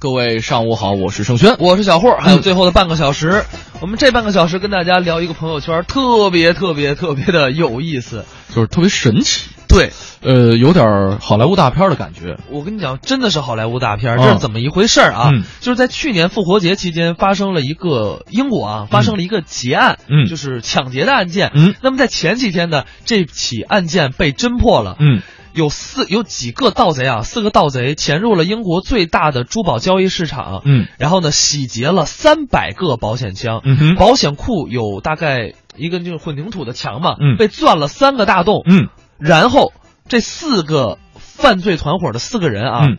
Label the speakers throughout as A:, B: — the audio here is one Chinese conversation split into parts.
A: 各位上午好，我是盛轩，
B: 我是小霍，还有最后的半个小时，我们这半个小时跟大家聊一个朋友圈，特别特别特别的有意思。
A: 就是特别神奇，
B: 对，
A: 呃，有点儿好莱坞大片儿的感觉。
B: 我跟你讲，真的是好莱坞大片，
A: 嗯
B: 这是怎么一回事儿啊？
A: 嗯
B: 就是在去年复活节期间发生了一个英国啊，发生了一个劫案，
A: 嗯
B: 就是抢劫的案件。
A: 嗯
B: 那么在前几天呢，这起案件被侦破了。
A: 嗯
B: 有四有几个盗贼啊，四个盗贼潜入了英国最大的珠宝交易市场，
A: 嗯
B: 然后呢，洗劫了三百个保险箱，
A: 嗯哼
B: 保险库有大概一个就是混凝土的墙嘛，
A: 嗯
B: 被钻了三个大洞，
A: 嗯
B: 然后这四个犯罪团伙的四个人啊，
A: 嗯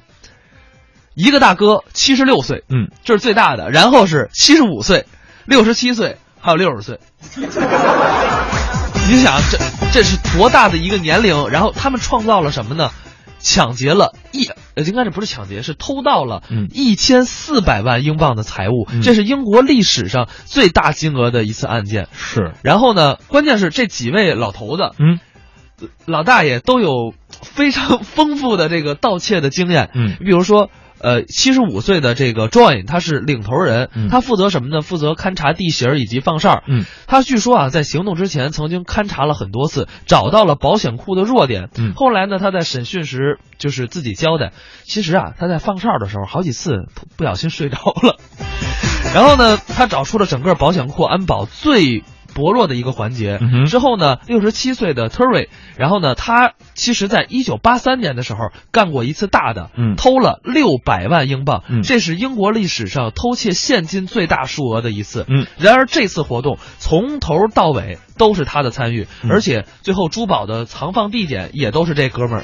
B: 一个大哥七十六岁，
A: 嗯，
B: 这是最大的，然后是七十五岁、六十七岁，还有六 十岁。你想，这这是多大的一个年龄？然后他们创造了什么呢？抢劫了一，呃，应该是不是抢劫，是偷盗了
A: 嗯
B: 一千四百万英镑的财物，
A: 嗯
B: 这是英国历史上最大金额的一次案件。
A: 是，
B: 然后呢，关键是这几位老头子，
A: 嗯
B: 老大爷都有非常丰富的这个盗窃的经验。
A: 嗯
B: 比如说，呃，七十五岁的这个 John，他是领头人，
A: 嗯
B: 他负责什么呢？负责勘察地形儿以及放哨儿。
A: 嗯
B: 他据说啊，在行动之前曾经勘察了很多次，找到了保险库的弱点。
A: 嗯
B: 后来呢，他在审讯时就是自己交代，其实啊，他在放哨的时候好几次不不小心睡着了。 然后呢，他找出了整个保险库安保最薄弱的一个环节。
A: 嗯哼
B: 之后呢，六十七岁的 Terry，然后呢，他其实在一九八三年的时候干过一次大的，
A: 嗯
B: 偷了六百万英镑，
A: 嗯
B: 这是英国历史上偷窃现金最大数额的一次。
A: 嗯
B: 然而这次活动从头到尾都是他的参与，
A: 嗯
B: 而且最后珠宝的藏放地点也都是这哥们儿。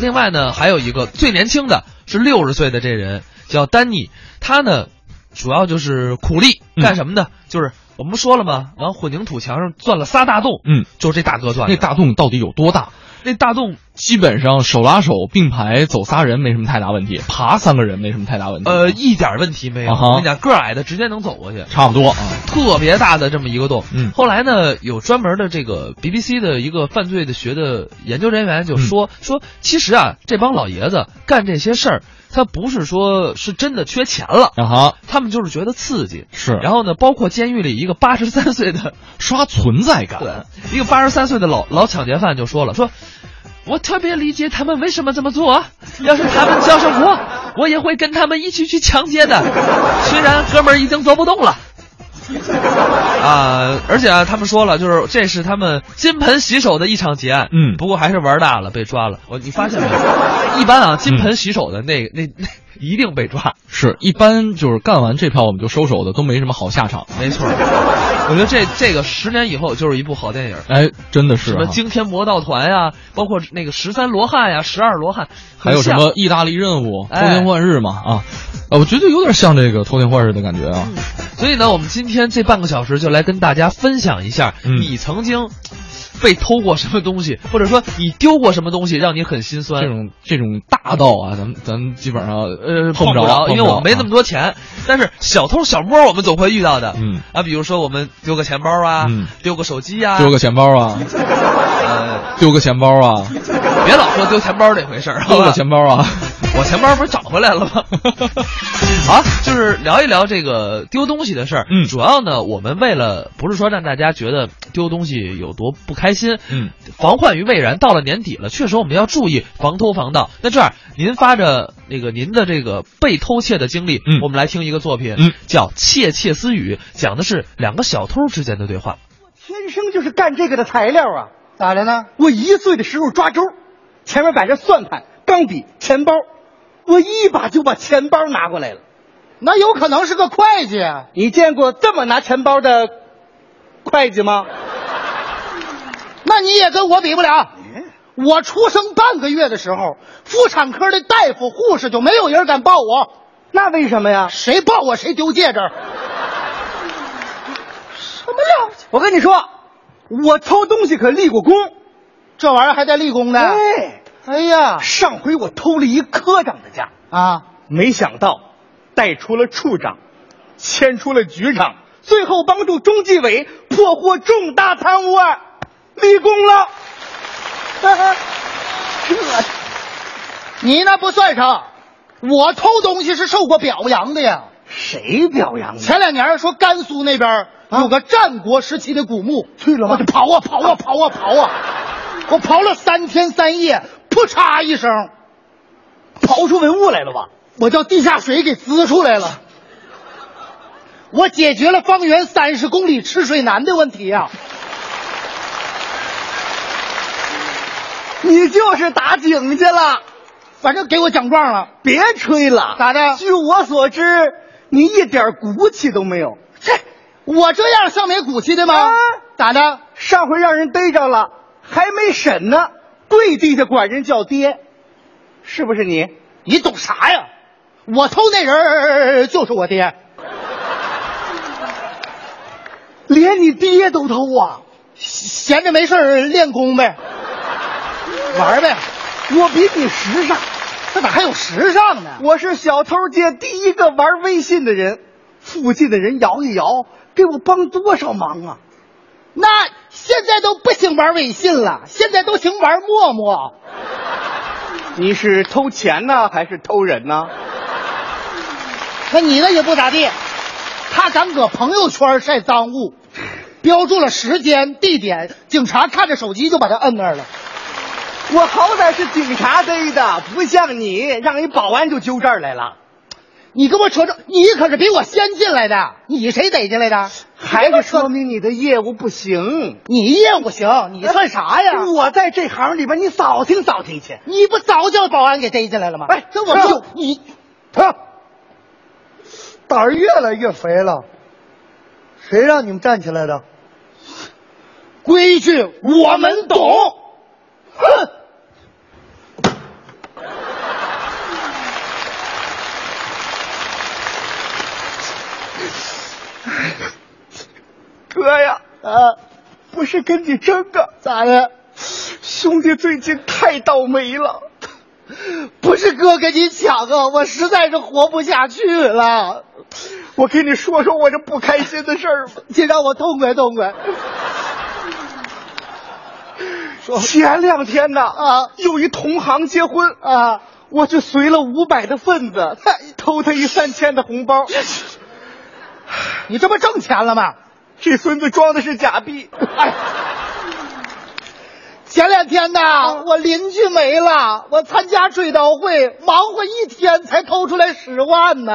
B: 另外呢，还有一个最年轻的是六十岁的这人叫丹尼，他呢主要就是苦力
A: 嗯
B: 干什么呢？就是我们说了嘛，往混凝土墙上钻了仨大洞，
A: 嗯，
B: 就是这大哥钻的。
A: 那大洞到底有多大？
B: 那大洞
A: 基本上手拉手并排走仨人没什么太大问题，爬三个人没什么太大问题。
B: 呃，一点问题没有，
A: 啊哈
B: 我跟你讲，个儿矮的直接能走过去。
A: 差不多啊。
B: 特别大的这么一个洞。
A: 嗯
B: 后来呢，有专门的这个 BBC 的一个犯罪的学的研究人员就说、
A: 嗯
B: 说，其实啊，这帮老爷子干这些事儿，他不是说是真的缺钱了，
A: 啊哈，
B: 他们就是觉得刺激。
A: 是，
B: 然后呢，包括监狱里一个八十三岁的
A: 刷存在感。
B: 对，一个八十三岁的老老抢劫犯就说了，说，我特别理解他们为什么这么做，要是他们叫上我，我也会跟他们一起去抢劫的。虽然哥们儿已经走不动了。啊，而且啊，他们说了，就是这是他们金盆洗手的一场劫案。
A: 嗯
B: 不过还是玩大了，被抓了。我你发现没有？一般啊，金盆洗手的那那那一定被抓。
A: 是一般就是干完这票我们就收手的，都没什么好下场。
B: 没错，我觉得这这个十年以后就是一部好电影。
A: 哎，真的是、
B: 什
A: 啊。
B: 么惊天魔盗团呀、包括那个十三罗汉呀、十二罗汉，
A: 还有
B: 很
A: 什
B: 像
A: 么意大利任务、偷
B: 哎
A: 天换日嘛啊，啊，我觉得有点像这个偷天换日的感觉啊。
B: 所以呢，我们今天这半个小时就来跟大家分享一下，
A: 嗯
B: 你曾经被偷过什么东西， 或者说你丢过什么东西，让你很心酸。
A: 这种这种大盗啊，咱们咱们基本上呃
B: 碰
A: 不着，
B: 着，
A: 碰不
B: 因为
A: 着
B: 我们没那么多钱，但是小偷小摸我们总会遇到的。
A: 嗯
B: 啊，比如说我们丢个钱包啊，
A: 嗯
B: 丢个手机呀、
A: 啊丢个钱包啊，
B: 呃，
A: 丢个钱包啊，
B: 别老说丢钱包这回事儿，好
A: 丢
B: 吧
A: 个钱包啊，
B: 我钱包不是找回来了 吗？好，就是聊一聊这个丢东西的事儿。
A: 嗯
B: 主要呢，我们为了不是说让大家觉得丢东西有多不开心，
A: 嗯，
B: 防患于未然。到了年底了，确实我们要注意防偷防盗。那这样，您发着那个您的这个被偷窃的经历，
A: 嗯
B: 我们来听一个作品，
A: 嗯
B: 叫《窃窃私语》，讲的是两个小偷之间的对话。
C: 天生就是干这个的材料啊！咋的呢？我一岁的时候抓周，前面摆着算盘、钢笔、钱包，我一把就把钱包拿过来了。那有可能是个会计啊！你见过这么拿钱包的会计吗？ 那你也跟我比不了。我出生半个月的时候，妇产科的大夫、护士就没有人敢抱我。那为什么呀？谁抱我谁丢戒指。什么料？我跟你说，我偷东西可立过功，这玩意儿还带立功的。哎，哎呀，上回我偷了一科长的家啊，没想到带出了处长，牵出了局长，最后帮助中纪委破获重大贪污案，立功 了。这，你那不算什么，我偷东西是受过表扬的呀。
D: 谁表扬你？
C: 前两年说甘肃那边有个战国时期的古墓，
D: 啊去了吗
C: 我就刨啊刨啊刨啊刨 啊，我刨了三天三夜，扑嚓一声，
D: 刨出文物来了吧？
C: 我叫地下水给滋出来了。我解决了方圆三十公里吃水难的问题啊呀、
D: 你就是打井去了，
C: 反正给我奖状了。
D: 别吹了。
C: 咋的
D: 据我所知，你一点骨气都没有。
C: 这我这样像没骨气的吗？
D: 啊
C: 咋的？
D: 上回让人逮着了，还没审呢，跪地下管人叫爹，是不是你？
C: 你懂啥呀？我偷那人儿就是我爹。
D: 连你爹都偷啊！
C: 闲着没事儿练功呗，玩儿呗。
D: 我比你时尚，
C: 这咋还有时尚呢？
D: 我是小偷界第一个玩微信的人，附近的人摇一摇，给我帮多少忙啊！
C: 那现在都不兴玩微信了，现在都兴玩陌陌。
D: 你是偷钱呢，还是偷人呢？
C: 那你那也不咋地，他敢搁朋友圈晒赃物，标注了时间地点，警察看着手机就把他摁那儿了。
D: 我好歹是警察逮的，不像你，让一保安就揪这儿来了，
C: 你跟我扯这，你可是比我先进来的，你谁逮进来的？
D: 还是说明你的业务不行。
C: 你业务行，你算啥呀？
D: 我在这行里边，你扫听扫听去。
C: 你不早叫保安给逮进来了吗？
D: 哎
C: 这我
D: 是
C: 就你。
E: 他胆儿越来越肥了。谁让你们站起来的？
C: 规矩我们懂。哼，
D: 哥呀，
C: 啊，
D: 不是跟你争啊，
C: 咋的？
D: 兄弟最近太倒霉了。
C: 不是哥跟你抢啊，我实在是活不下去了，
D: 我跟你说说我这不开心的事儿吧。
C: 你让我痛快痛 快。
D: 前两天呐，
C: 啊
D: 有一同行结婚，
C: 啊，
D: 我就随了五百的 份子，偷他一三千的红包。
C: 你这不挣钱了吗？
D: 这孙子装的是假币，
C: 哎，前两天
D: 啊
C: 呐，我邻居没了，我参加追悼会，忙活一天才偷出来十万呢，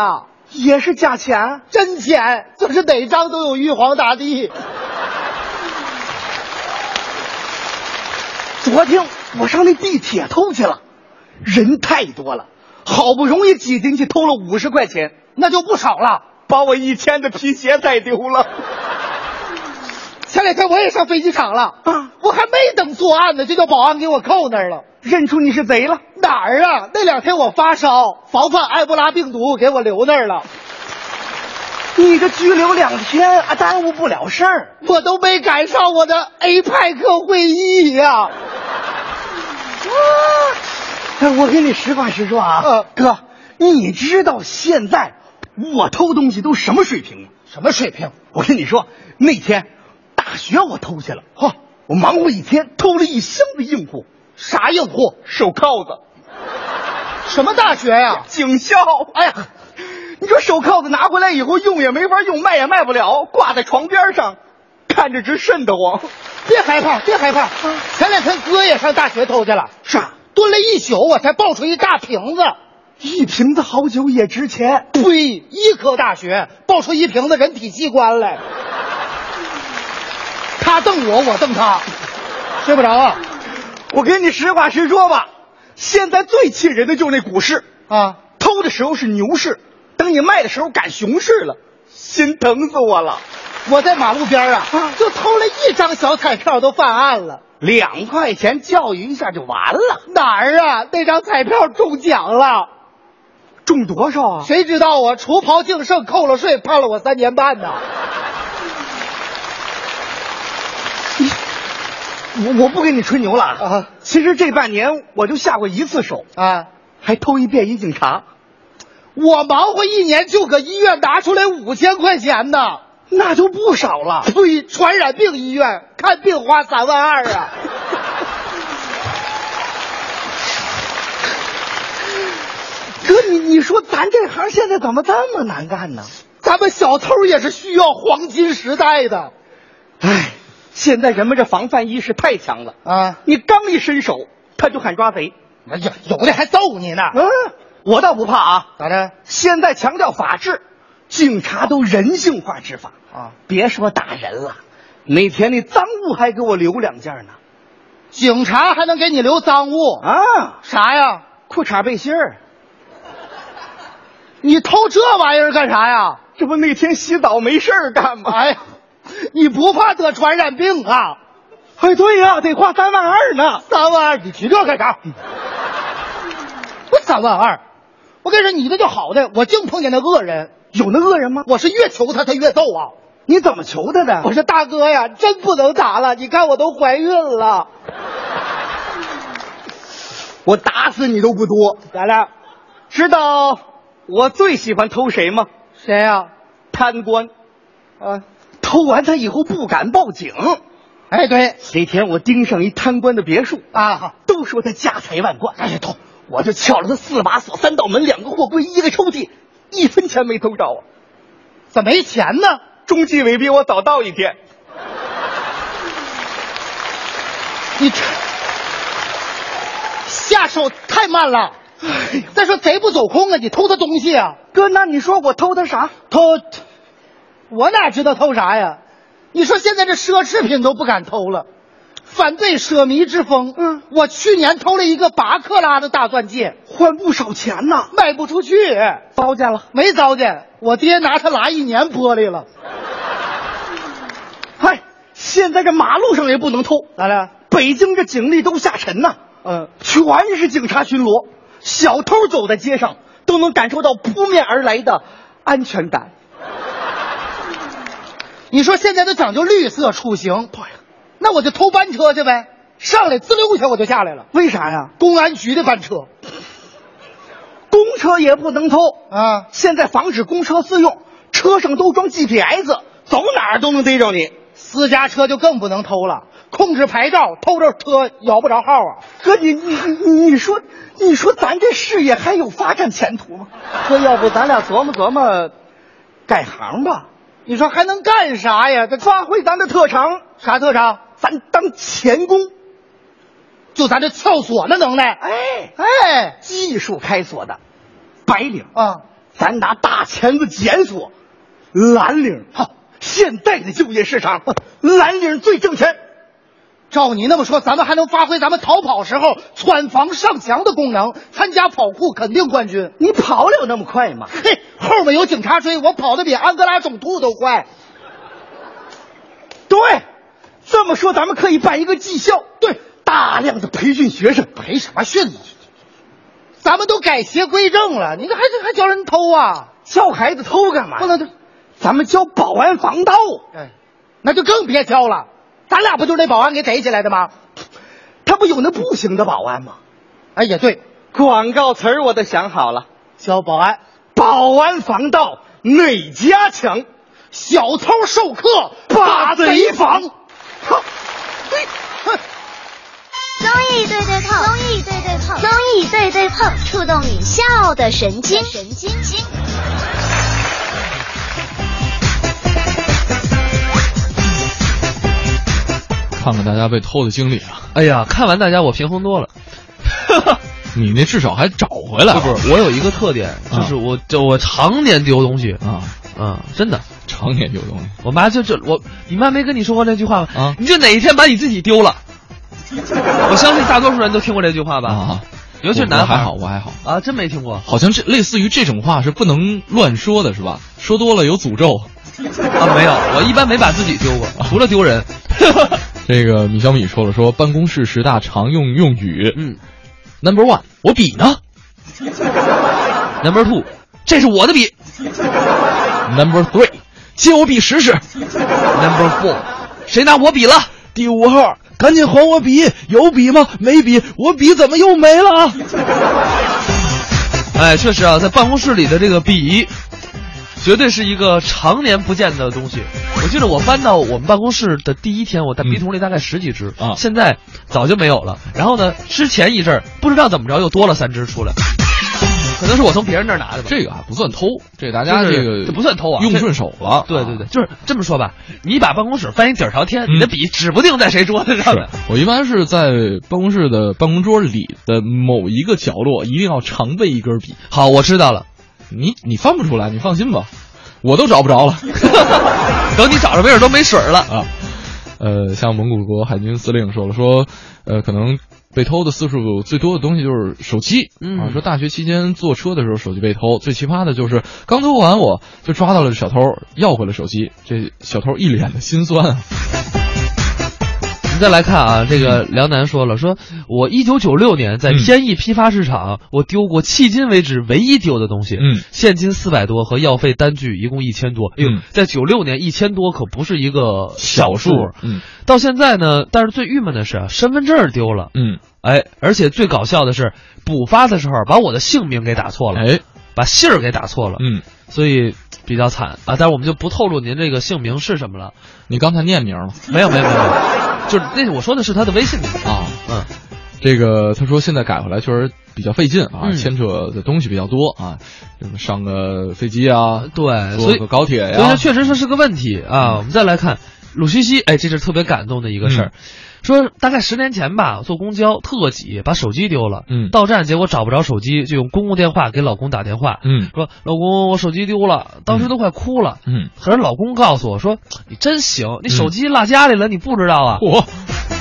D: 也是假钱。
C: 真钱就是哪张都有玉皇大帝。
D: 昨天我上那地铁偷去了，人太多了，好不容易挤进去偷了五十块钱，
C: 那就不少了。
D: 把我一千的皮鞋带丢 了。
C: 前两天我也上飞机场了，
D: 啊
C: 我还没等作案呢，就叫保安给我扣那儿了。
D: 认出你是贼了，
C: 哪儿啊？那两天我发烧，防范埃博拉病毒给我留那儿了，
D: 你这拘留两天啊，耽误不了事儿。
C: 我都没赶上我的 A 派克会议呀、
D: 哎，我跟你实话实说啊，
C: 呃
D: 哥，你知道现在我偷东西都什么水平吗？啊
C: 什么水平？
D: 我跟你说，那天大学我偷去了，哈，我忙活一天，偷了一箱子硬货，
C: 啥硬货？
D: 手铐子，
C: 什么大学呀、
D: 警校。哎呀，你说手铐子拿回来以后用也没法用，卖也卖不了，挂在床边上，看着直瘆得慌。
C: 别害怕，别害怕。前两天哥也上大学偷去了，
D: 是啊，
C: 蹲了一宿，我才抱出一大瓶子。
D: 一瓶子好酒也值钱。
C: 呸！医科大学爆出一瓶子人体器官来，他瞪我，我瞪他，睡不着啊
D: 我跟你实话实说吧，现在最气人的就是那股市。
C: 啊！
D: 偷的时候是牛市，等你卖的时候赶熊市了，心疼死我了。
C: 我在马路边啊
D: 啊，
C: 就偷了一张小彩票都犯案了。
D: 两块钱教育一下就完了，
C: 哪儿啊？那张彩票中奖了，
D: 中多少啊？
C: 谁知道啊？除袍净剩，扣了税，判了我三年半呢。
D: 我我不跟你吹牛了啊！其实这半年我就下过一次手，
C: 啊！
D: 还偷一便衣警察，
C: 我忙活一年就搁医院拿出来五千块钱呢。
D: 那就不少了。
C: 呸！传染病医院看病花三万二 啊！
D: 哥，
E: 你你说咱这行现在怎么这么难干呢？
D: 咱们小偷也是需要黄金时代的。
E: 唉，
D: 哎现在人们这防范意识太强了，
E: 啊，
D: 你刚一伸手，他就喊抓贼。
E: 哎呀，有的还揍你呢。
D: 嗯，我倒不怕啊，
E: 咋的？
D: 现在强调法治，警察都人性化执法
E: 啊。
D: 别说打人了，哪天那赃物还给我留两件呢。
E: 警察还能给你留赃物？
D: 啊，
E: 啥呀？
D: 裤衩背心儿，
E: 你偷这玩意儿干啥呀？
D: 这不那天洗澡没事儿干吗？
E: 哎呀， 你不怕得传染病啊？
D: 哎，对呀、得花三万二呢。
E: 三万二，你提这干啥？我三万二，我跟你说，你这就好的，我净碰见那恶人，
D: 有那恶人吗？
E: 我是越求他，他越揍啊！
D: 你怎么求他的？
E: 我说大哥呀，真不能打了，你看我都怀孕了，
D: 我打死你都不多。
E: 咋了？
D: 知道我最喜欢偷谁吗？
E: 谁啊呀、
D: 贪官，
E: 啊，
D: 偷完他以后不敢报警。
E: 哎，对
D: 那天我盯上一贪官的别墅，
E: 啊，
D: 都说他家财万贯，哎呀偷，我就撬了他四把锁、三道门、两个货柜、一个抽屉，一分钱没偷着啊！
E: 怎么没钱呢？
D: 中纪委比我早到一天，
E: 你这下手太慢了。再说贼不走空啊，你偷他东西啊？
D: 哎哥，那你说我偷他啥？
E: 偷，我哪知道偷啥呀？你说现在这奢侈品都不敢偷了，反对奢靡之风。
D: 嗯，
E: 我去年偷了一个八克拉的大钻戒，
D: 换不少钱呐，
E: 卖不出去，
D: 糟践了。
E: 没糟践。我爹拿它拉一年玻璃了，
D: 嗨，现在这马路上也不能偷，
E: 咋的？
D: 北京这警力都下沉呐，
E: 嗯，
D: 全是警察巡逻，小偷走在街上都能感受到扑面而来的安全感。
E: 你说现在都讲究绿色出行，那我就偷班车去呗，上来滋溜一下我就下来了，
D: 为啥呀？
E: 公安局的班车
D: 公车也不能偷，
E: 啊，
D: 现在防止公车私用，车上都装 GPS，走哪儿都能逮着你。
E: 私家车就更不能偷了，控制牌照，偷着车摇不着号啊。
D: 哥，你你你你说，你说咱这事业还有发展前途吗？哥，要不咱俩琢磨琢磨，改行吧，
E: 你说还能干啥呀？这
D: 发挥咱的特长，
E: 啥特长？
D: 咱当钳工。
E: 就咱这撬锁那能耐，
D: 哎，
E: 哎
D: 技术开锁的，白领，
E: 啊，
D: 咱拿大钳子检锁；蓝领，哈，现代的就业市场，蓝领最挣钱。
E: 照你那么说，咱们还能发挥咱们逃跑时候窜房上墙的功能，参加跑酷肯定冠军。
D: 你跑了有那么快吗？
E: 嘿，后面有警察追，我跑得比安哥拉总督都快。
D: 对，这么说咱们可以办一个技校，对，大量的培训学生。
E: 赔什么训呢？咱们都改邪归正了，你这还这还教人偷啊？
D: 教孩子偷干嘛？
E: 不能，
D: 咱们教保安防盗。啊
E: 哎，那就更别教了。咱俩不就是那保安给逮起来的吗？
D: 他不有那不行的保安吗？
E: 哎，也对，
D: 广告词儿我都想好了，
E: 教保安，
D: 保安防盗哪家强？
E: 小偷授课，
D: 把贼防。好，
F: 综艺对对碰，综艺对对碰，综艺对对碰，触动你笑的神经，神经经。
A: 看看大家被偷的经历啊，
B: 哎呀，看完大家我平衡多了。
A: 你那至少还找 回来了，
B: 不是，我有一个特点，就是我就我常年丢东西，
A: 啊？
B: 嗯，真的。
A: 常年丢东西，
B: 我妈就这我，你妈没跟你说过这句话吗？
A: 啊
B: 你就哪一天把你自己丢 了。我相信大多数人都听过这句话吧，
A: 啊，
B: 尤其是
A: 我
B: 男孩
A: 我还好，我还好，
B: 啊，真没听过
A: 好像这类似于这种话是不能乱说的，是吧？说多了有诅咒。
B: 啊，没有，我一般没把自己丢过，除了丢 人。
A: 这个米小米说了说办公室十大常用用语、
B: 嗯
A: n u m b e r one，我笔呢
B: ，Number two，这是我的笔。
A: ；number three，借我笔试试。
B: Number four，谁拿我笔了？
A: 第五号，赶紧还我笔！有笔吗？没笔，我笔怎么又没了？
B: 哎，确实啊，在办公室里的这个笔，绝对是一个常年不见的东西。我记得我搬到我们办公室的第一天，我在笔筒里大概十几支，
A: 嗯啊
B: 现在早就没有了。然后呢，之前一阵儿不知道怎么着又多了三支出来。可能是我从别人那儿拿的吧。
A: 这个还不算偷，这大家
B: 就是
A: 这个
B: 这不算偷啊
A: 用
B: 这
A: 顺手了。
B: 对
A: 啊
B: 对对，就是这么说吧，你把办公室翻一底儿朝天，你的笔指不定在谁桌子上
A: 是
B: 呢。
A: 我一般是在办公室的办公桌里的某一个角落，一定要常备一根笔。
B: 好，我知道了，
A: 你你翻不出来，你放心吧，我都找不 着了。
B: 等你找着没准都没水儿了。
A: 啊，呃，像蒙古国海军司令说了，说，呃，可能被偷的次数最多的东西就是手机，
B: 嗯
A: 啊，说大学期间坐车的时候手机被偷，最奇葩的就是刚偷完我就抓到了小偷，要回了手机，这小偷一脸的心酸啊，
B: 你再来看啊，这个梁楠说了，说我一九九六年在
A: 嗯
B: 天意批发市场，我丢过迄今为止唯一丢的东西，
A: 嗯，
B: 现金四百多和药费单据一共一千多。哎呦
A: 嗯，
B: 在九六年一千多可不是一个小数，
A: 嗯
B: 到现在呢，但是最郁闷的是啊身份证儿丢了，
A: 嗯，
B: 哎，而且最搞笑的是补发的时候把我的姓名给打错了，
A: 哎，
B: 把姓儿给打错了，
A: 嗯，
B: 所以比较惨啊。但是我们就不透露您这个姓名是什么了，
A: 你刚才念名了
B: 没有没有没 有，没有就是那我说的是他的微信名
A: 啊。
B: 嗯。
A: 这个他说现在改回来确实比较费劲啊，
B: 嗯
A: 牵扯的东西比较多啊，什么上个飞机啊，
B: 对，
A: 坐
B: 所以
A: 个高铁呀、嗯
B: 所以这确实这是个问题啊。我们再来看鲁西西，哎，这是特别感动的一个事儿。
A: 嗯
B: 说大概十年前吧，坐公交特挤，把手机丢了。
A: 嗯
B: 到站结果找不着手机，就用公共电话给老公打电话，
A: 嗯
B: 说老公我手机丢了，当时都快哭了。
A: 嗯，
B: 可是老公告诉我说：“你真行，你手机落家里了，你不知道啊
A: 嚯，！”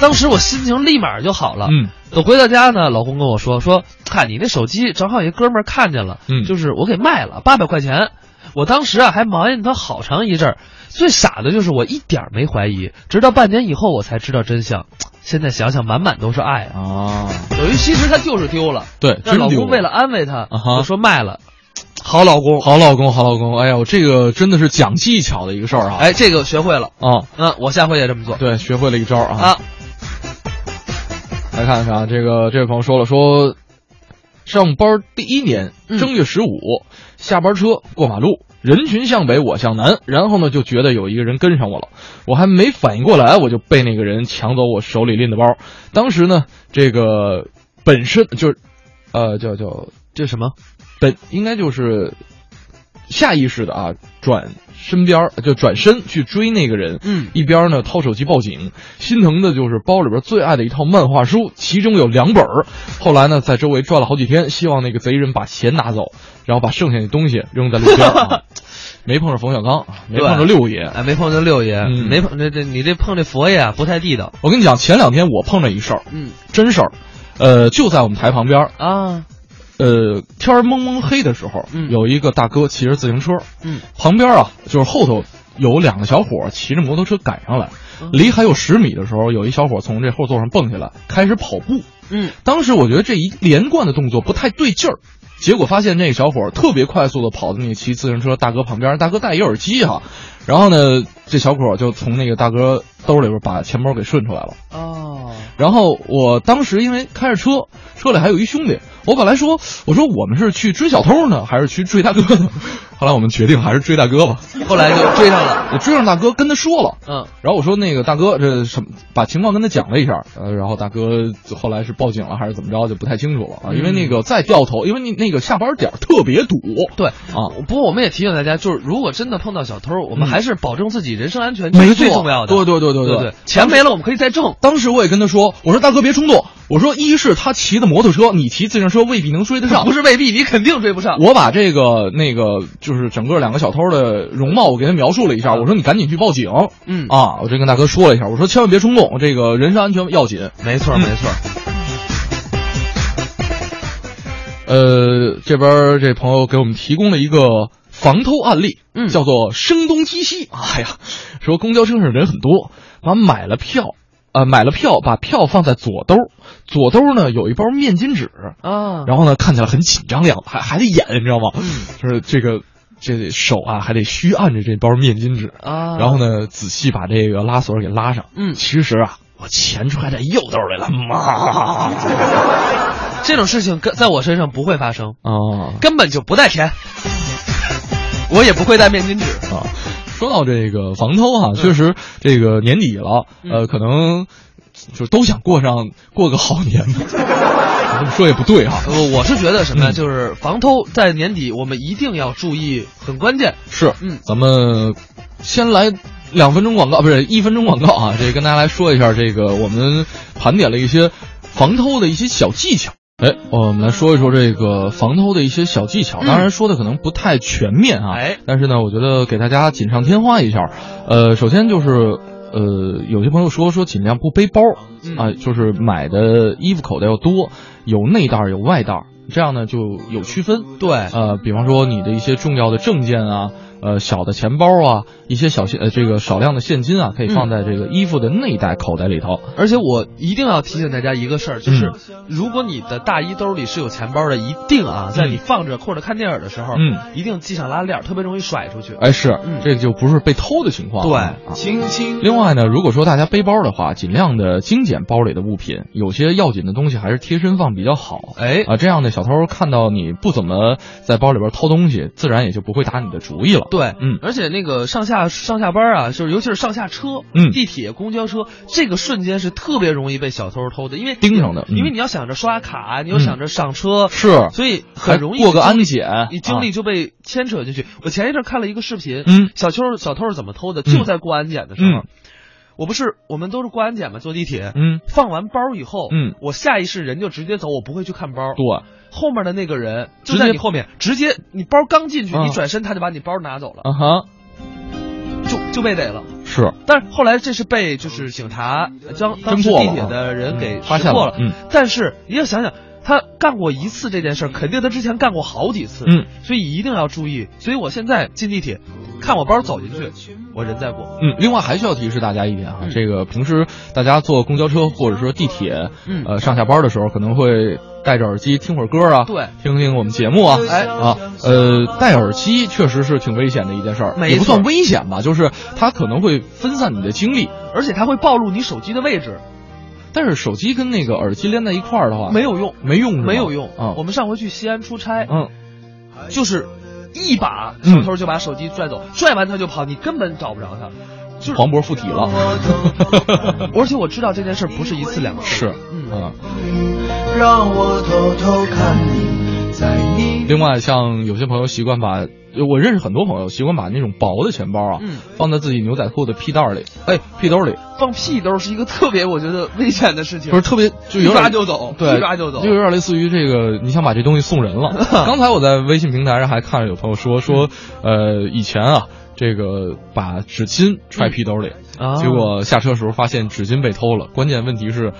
B: 当时我心情立马就好了。
A: 嗯
B: 我回到家呢，老公跟我说说，嗨，你那手机正好有一哥们儿看见了，
A: 嗯
B: 就是我给卖了八百块钱。我当时啊还埋怨他好长一阵儿，最傻的就是我一点儿没怀疑，直到半年以后我才知道真相。现在想想满满都是爱啊！
A: 啊，
B: 等于其实他就是丢了，
A: 对，
B: 但
A: 真
B: 是老
A: 丢
B: 公为了安慰他，
A: 啊哈
B: 我说卖了，好老公，
A: 好老公，好老公，哎呦，这个真的是讲技巧的一个事儿啊！
B: 哎，这个学会了，
A: 啊，
B: 嗯，我下回也这么做
A: 对，学会了一招啊。
B: 啊。
A: 来看看啊，这个这位朋友说了，说上班第一年，
B: 嗯
A: 正月十五、下班车过马路，人群向北，我向南，然后呢就觉得有一个人跟上我了，我还没反应过来，我就被那个人抢走我手里拎的包。当时呢，这个本身就是，呃，叫叫
B: 这什么？
A: 本应该就是下意识的啊，转身边儿就转身去追那个人，
B: 嗯
A: 一边呢掏手机报警，心疼的就是包里边最爱的一套漫画书，其中有两本儿。后来呢，在周围转了好几天，希望那个贼人把钱拿走，然后把剩下的东西扔在路边儿、 啊没碰上冯小刚，啊没碰上六爷。
B: 哎，没碰着六爷，
A: 嗯
B: 没碰这这你这碰这佛爷啊，不太地道。
A: 我跟你讲，前两天我碰着一事儿，
B: 嗯
A: 真事儿，呃，就在我们台旁边儿，
B: 啊，
A: 呃，天儿蒙蒙黑的时候，
B: 嗯
A: 有一个大哥骑着自行车，
B: 嗯，
A: 旁边啊，就是后头有两个小伙骑着摩托车赶上来
B: 嗯，
A: 离还有十米的时候，有一小伙从这后座上蹦下来，开始跑步。
B: 嗯，
A: 当时我觉得这一连贯的动作不太对劲儿，结果发现那个小伙特别快速的跑到那个骑自行车大哥旁边，大哥戴一耳机哈、然后呢，这小伙就从那个大哥兜里边把钱包给顺出来了。
B: 哦，
A: 然后我当时因为开着车，车里还有一兄弟，我本来说我说我们是去追小偷呢，还是去追大哥呢？ 后来我们决定还是追大哥吧。
B: 后来就追上了。
A: 我追上大哥，跟他说了，
B: 嗯，
A: 然后我说那个大哥这什么，把情况跟他讲了一下，呃，然后大哥后来是报警了还是怎么着，就不太清楚了啊，因为那个再掉头，因为那那个下班点儿特别堵
B: 对。
A: 啊。
B: 不过我们也提醒大家，就是如果真的碰到小偷，我
A: 嗯
B: 们还是保证自己人身安全，这是最
A: 错
B: 重要的。
A: 对对对对
B: 对
A: 对。
B: 钱没了我们可以再挣。
A: 当时我也跟他说，我说大哥别冲动，我说一是他骑的摩托车，你骑自行车未必能追得上
B: 不，是未必，你肯定追不上。
A: 啊我把这个那个就是整个两个小偷的容貌，我给他描述了一下。我说你赶紧去报警
B: 嗯，
A: 啊！我就跟大哥说了一下，我说千万别冲动，这个人身安全要紧。
B: 没错
A: 嗯
B: 没错。
A: 呃，这边儿这朋友给我们提供了一个防偷案例，
B: 嗯
A: 叫做声东击西。哎呀，说公交车上人很多，完买了票，呃，买了票，把票放在左兜儿，左兜儿呢有一包面巾纸，
B: 啊，嗯
A: 然后呢，看起来很紧张的样子，还还得演，你知道吗？就是这个这手啊，还得虚按着这包面巾纸，
B: 啊，
A: 然后呢，仔细把这个拉锁给拉上。
B: 嗯
A: 其实啊，我钱揣在右兜里了， 妈！
B: 这种事情跟在我身上不会发生，
A: 啊
B: 根本就不带钱，我也不会带面巾纸。
A: 啊，说到这个防偷哈、确实这个年底了，呃，可能。就是都想过上过个好年 嘛。这么说也不对啊哈、
B: 我呃我是觉得什么呀，
A: 嗯
B: 就是防偷在年底我们一定要注意，很关键。
A: 是，
B: 嗯
A: 咱们先来两分钟广告，不是一分钟广告啊，这跟大家来说一下，这个我们盘点了一些防偷的一些小技巧。哎，我们来说一说这个防偷的一些小技巧，当然说的可能不太全面啊，
B: 嗯哎
A: 但是呢，我觉得给大家锦上添花一下。呃，首先就是。呃，有些朋友说说尽量不背包啊、
B: 嗯
A: 就是买的衣服口袋要多，有内袋儿有外袋儿，这样呢就有区分。
B: 对，
A: 呃，比方说你的一些重要的证件啊，呃，小的钱包啊，一些小现呃这个少量的现金啊，可以放在这个衣服的内袋口袋里头。
B: 而且我一定要提醒大家一个事儿，就是
A: 嗯
B: 如果你的大衣兜里是有钱包的，一定啊，在你放着或者看电影的时候，
A: 嗯，
B: 一定系上拉链，特别容易甩出去。
A: 哎，是
B: 嗯，
A: 这个就不是被偷的情况了。啊
B: 对，轻轻
A: 另外呢，如果说大家背包的话，尽量的精简包里的物品，有些要紧的东西还是贴身放比较好。
B: 哎，
A: 啊，这样呢，小偷看到你不怎么在包里边偷东西，自然也就不会打你的主意了。
B: 对，
A: 嗯
B: 而且那个上下上下班啊，就是尤其是上下车，
A: 嗯
B: 地铁、公交车，这个瞬间是特别容易被小偷偷的，因为
A: 盯上的嗯嗯
B: 因为你要想着刷卡，你又想着上车，
A: 是
B: 所以很容易
A: 还过个
B: 你精力
A: 安检啊
B: 你精力就被牵扯进去。我前一阵看了一个视频，
A: 嗯
B: 小偷小偷是怎么偷的，
A: 嗯
B: 就在过安检的时候，
A: 嗯
B: 我不是我们都是过安检嘛，坐地铁，
A: 嗯，
B: 放完包以后，
A: 嗯
B: 我下意识人就直接走，我不会去看包，
A: 对。
B: 后面的那个人就
A: 直接
B: 在你后面，直接你包刚进去，
A: 啊
B: 你转身他就把你包拿走了，
A: 啊哈，
B: 就就被逮了。
A: 是
B: 但是后来这是被就是警察呃当当时
A: 破了
B: 地铁的人给
A: 嗯发现
B: 识破
A: 了嗯
B: 但是你要想想，他干过一次这件事儿，肯定他之前干过好几次。
A: 嗯，
B: 所以一定要注意。所以我现在进地铁，看我包走进去，我人在过。
A: 嗯，另外还需要提示大家一点啊，
B: 嗯
A: 这个平时大家坐公交车或者说地铁，
B: 嗯
A: 呃，上下班的时候可能会戴着耳机听会儿歌啊，
B: 对，
A: 听听我们节目啊，
B: 哎
A: 啊，呃，戴耳机确实是挺危险的一件事儿，
B: 没
A: 也不算
B: 错
A: 危险吧，就是它可能会分散你的精力，
B: 而且他会暴露你手机的位置，
A: 但是手机跟那个耳机连在一块儿的话，
B: 没有用，
A: 啊没用是吧
B: 没有用。
A: 啊，
B: 我们上回去西安出差，
A: 嗯，
B: 就是一把小偷就把手机拽走，拽完他就跑，你根本找不着 他。就是
A: 黄渤附体了，
B: 而且我知道这件事不是一次两次，
A: 是，
B: 嗯
A: 啊。
G: 让我偷偷看你，在你
A: 另外，像有些朋友习惯把，我认识很多朋友习惯把那种薄的钱包啊，
B: 嗯
A: 放在自己牛仔裤的屁袋里，哎，屁兜里，
B: 放屁兜是一个特别我觉得危险的事情，
A: 不是特别就有
B: 一抓
A: 点
B: 就走
A: 对，
B: 一抓就走
A: 有点类似于这个，你想把这东西送人 了。刚才我在微信平台上还看着有朋友说说，
B: 嗯
A: 呃，以前啊。这个把纸巾揣屁兜里，
B: 啊
A: 结果下车时候发现纸巾被偷了。关键问题是，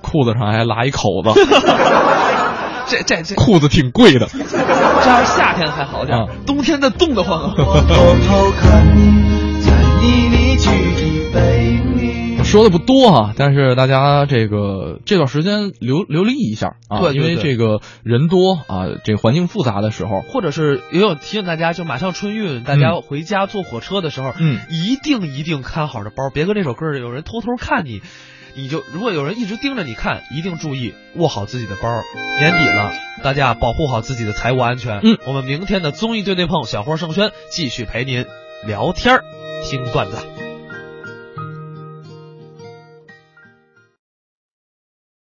A: 裤子上还拉一口子，
B: 这这这，
A: 裤子挺贵的。
B: 这要是夏天还好点儿，
A: 啊
B: 冬天的冻得慌 啊。
G: 偷偷看你，在你离去的背影里。
A: 说的不多啊，但是大家这个这段时间留留意一下啊，
B: 对对
A: 因为
B: 对
A: 这个人多啊，这个环境复杂的时候，
B: 或者是也有提醒大家，就马上春运，大家
A: 嗯
B: 回家坐火车的时候，
A: 嗯
B: 一定一定看好这包，别跟这首歌似的，有人偷偷看你，你就如果有人一直盯着你看，一定注意握好自己的包。年底了，大家保护好自己的财务安全。
A: 嗯，
B: 我们明天的综艺对对碰，小花盛轩继续陪您聊天儿，听段子。